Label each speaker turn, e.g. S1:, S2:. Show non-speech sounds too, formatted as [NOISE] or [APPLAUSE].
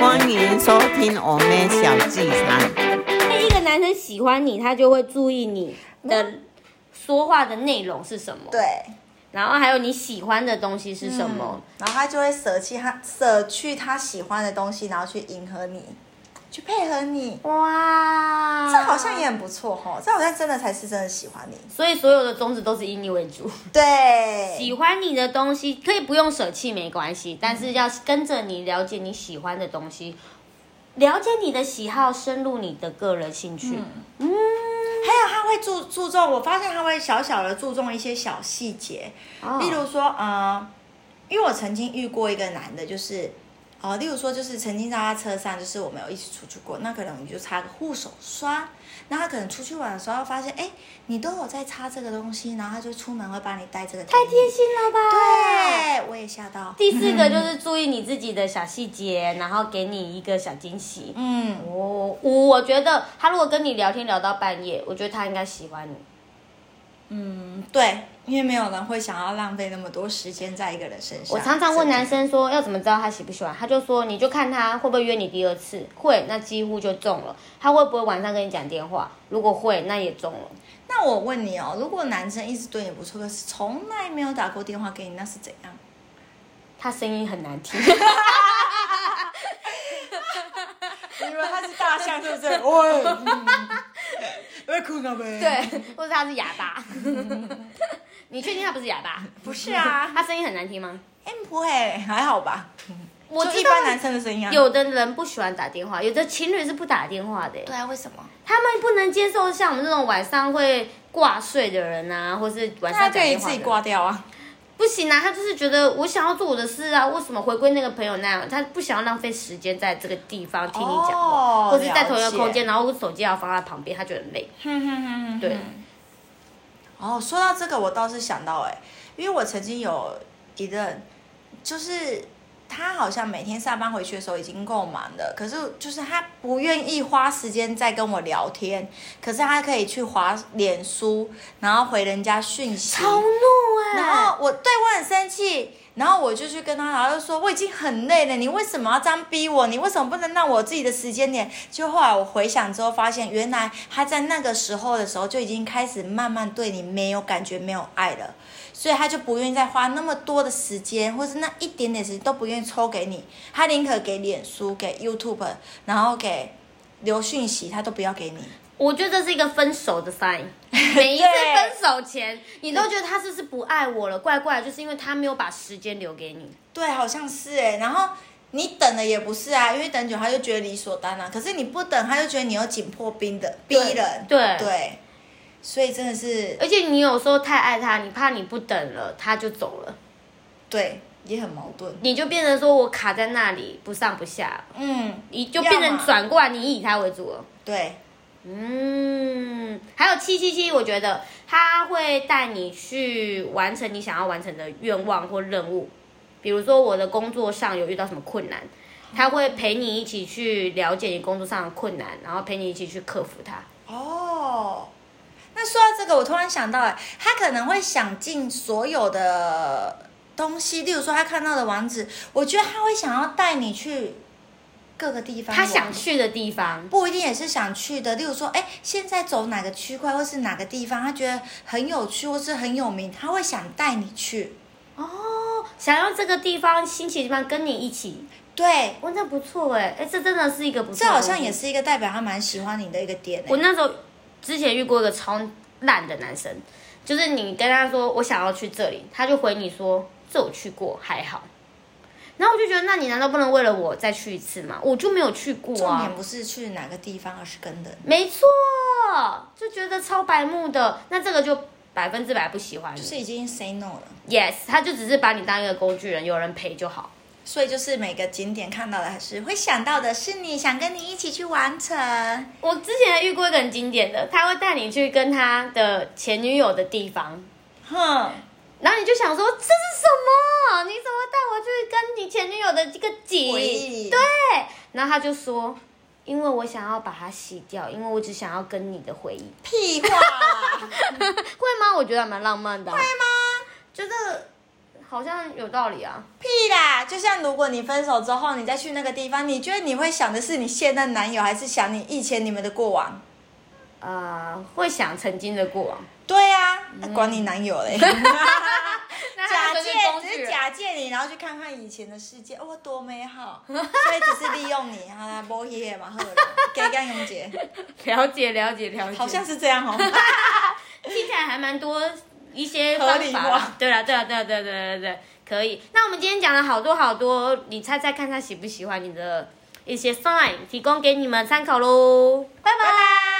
S1: 欢迎收听我们小剧场。
S2: 一个男生喜欢你，他就会注意你的说话的内容是什么，
S3: 对，
S2: 然后还有你喜欢的东西是什么。
S3: 然后他就会舍弃他舍去他喜欢的东西，然后去迎合你，去配合你。
S2: 哇，
S3: 这好像也很不错哦，这好像真的才是真的喜欢你。
S2: 所以所有的宗旨都是以你为主。 [LAUGHS] 喜
S3: 对，
S2: 欢你的东西可以不用舍弃，没关系，但是要跟着你了解你喜欢的东西，了解你的喜好，深入你的个人兴
S3: 嗯
S2: 趣。
S3: 还有他会注注重，我发现他会小小的注重一些小细节，
S2: 哦
S3: 例如说，呃，因为我曾经遇过一个男的，就是，哦、例如说，就是曾经在他车上，就是我们有一起出去过，那可能我们就擦个护手霜，那他可能出去玩的时候发现，哎，你都有在擦这个东西，然后他就出门会帮你带这个，
S2: 太贴。心了吧？。
S3: 对，我也吓到。
S2: 第四个就是注意你自己的小细节，然后给你一个小惊喜。
S3: 嗯，
S2: 哦，五，我觉得他如果跟你聊天聊到半夜，我觉得他应该喜欢你。
S3: 对，因为没有人会想要浪费那么多时间在一个人身上。
S2: 我常常问男
S3: 生，
S2: 生说要怎么知道他喜不喜欢，他就说你就看他会不会约你第二次，会，那几乎就中了。他会不会晚上跟你讲电话？如果会，那也中了。
S3: 那我问你哦，如果男生一直对你不错，可是从来没有打过电话给你，那是怎样？
S2: 他声音很难听，
S3: [LAUGHS] 因为他是大象，对不对？ [LAUGHS] 喂，嗯会哭了呗？，
S2: 对，或者他是哑巴。你确定他不是哑巴？
S3: 不是啊，
S2: 他声音很难听吗？
S3: [LAUGHS] 哎、不会，还好吧？
S2: 我
S3: 就
S2: 知
S3: 一
S2: 道
S3: 般男生的声音啊。
S2: 有的人不喜欢打电话，有的情侣是不打电话的耶。
S3: 对啊，为什么？
S2: 他们不能接受像我们这种晚上会挂睡的人啊，或是晚上
S3: 他
S2: 打
S3: 可以
S2: 电话
S3: 自
S2: 的
S3: 己
S2: 人
S3: 挂掉 [LAUGHS] 啊。
S2: 不行啊，他就是觉得我想要做我的事啊，为什么回归那个朋友那样？他不想要浪费时间在这个地方听你讲话，
S3: 哦
S2: 或是在同一个
S3: 了解
S2: 空间，然后我手机要放在旁边，他觉得很累。对，
S3: [LAUGHS] 哦，说到这个，我倒是想到哎、因为我曾经有一任，就是他好像每天上班回去的时候已经够忙了，可是就是他不愿意花时间再跟我聊天，可是他可以去划脸书，然后回人家讯息，
S2: 超怒哎、
S3: 然后我对我很生气，然后我就去跟他，然后就说我已经很累了，你为什么要这样逼我？你为什么不能让我自己的时间点？就后来我回想之后，发现原来他在那个时候的时候就已经开始慢慢对你没有感觉、没有爱了，所以他就不愿意再花那么多的时间，或是那一点点时间都不愿意抽给你，他宁可给脸书、给 YouTube，然后给留讯息，他都不要给你。
S2: 我觉得这是一个分手的 [LAUGHS] sign。每一次分手前，你都觉得他是不是不爱我了？怪怪的，就是因为他没有把时间留给你。
S3: 对，好像是哎、然后你等了也不是啊，因为等久他就觉得理所当然，可是你不等他就觉得你又紧迫逼的逼人，
S2: 对
S3: 对，所以真的是
S2: 而且你有时候太爱他，你怕你不等了，他就走了，
S3: 对，也很矛盾。
S2: 你就变成说我卡在那里不上不下，
S3: 嗯，
S2: 你就变
S3: 要
S2: 成
S3: 嘛
S2: 转过来，你以他为主了。
S3: 对，
S2: 嗯，还有七七七，我觉得他会带你去完成你想要完成的愿望或任务。比如说我的工作上有遇到什么困难，他会陪你一起去了解你工作上的困难，然后陪你一起去克服它。
S3: 哦。那说到这个，我突然想到、欸，他可能会想尽所有的东西，例如说他看到的网址，我觉得他会想要带你去各个地方
S2: 他
S3: 玩。
S2: 想去的地方，
S3: 不一定也是想去的。例如说，哎，现在走哪个区块或是哪个地方，他觉得很有趣或是很有名，他会想带你去。
S2: 想要这个地方新奇的地方跟你一起，
S3: 对，
S2: 哇，那不错哎，哎，这真的是一个不错
S3: 这
S2: 的东
S3: 好
S2: 西。
S3: 像也是一个代表他蛮喜欢你的一个点、
S2: 我
S3: 欸。
S2: 那时候之前遇过一个超烂的男生，就是你跟他说我想要去这里，他就回你说这我去过还好。然后我就觉得，那你难道不能为了我再去一次吗？我就没有去过
S3: 重
S2: 啊
S3: 点，不是去哪个地方，而是跟人，
S2: 没错，就觉得超白目的。那这个就百分之百不喜欢你。
S3: 就是已经 say no 了。
S2: yes，他就只是把你当一个工具人，有人陪就好。
S3: 所以就是每个景点看到的，还是会想到的是你想跟你一起去完成。
S2: 我之前还遇过一个很经典的，他会带你去跟他的前女友的地方，
S3: 哼，
S2: 然后你就想说这是什么？你怎么会带我去跟你前女友的这个
S3: 回
S2: 景？
S3: 忆
S2: 对，然后他就说，因为我想要把它洗掉，因为我只想要跟你的回忆，
S3: 屁话，啊
S2: 会吗？我觉得还蛮浪漫的、会吗？觉得啊好像有道理啊。
S3: 屁啦！就像如果你分手之后，你再去那个地方，你觉得你会想的是你现任男友，还是想你以前你们的过往？
S2: 呃，会想曾经的过往，
S3: 对呀、啊，那管你男友嘞。 [LAUGHS]
S2: 那
S3: 假
S2: 他
S3: 借
S2: 就是工
S3: 只
S2: 具
S3: 是
S2: 人。
S3: 假借你，然后去看看以前的世界，哇、多美好！所以只是利用你，哈啦，摸耶嘛，好了，给干永姐，
S2: 了解了解了解，
S3: [LAUGHS] 好像是这 [LAUGHS] 样哦。
S2: 听起来还蛮多一些
S3: 合
S2: 方
S3: 理
S2: 法
S3: 化
S2: 啦。对啦对啦对啦对啦对啦对啦对啦，可以。那我们今天讲了好多好多，你猜猜看他喜不喜欢你的一些 sign，提供给你们参考喽。拜拜。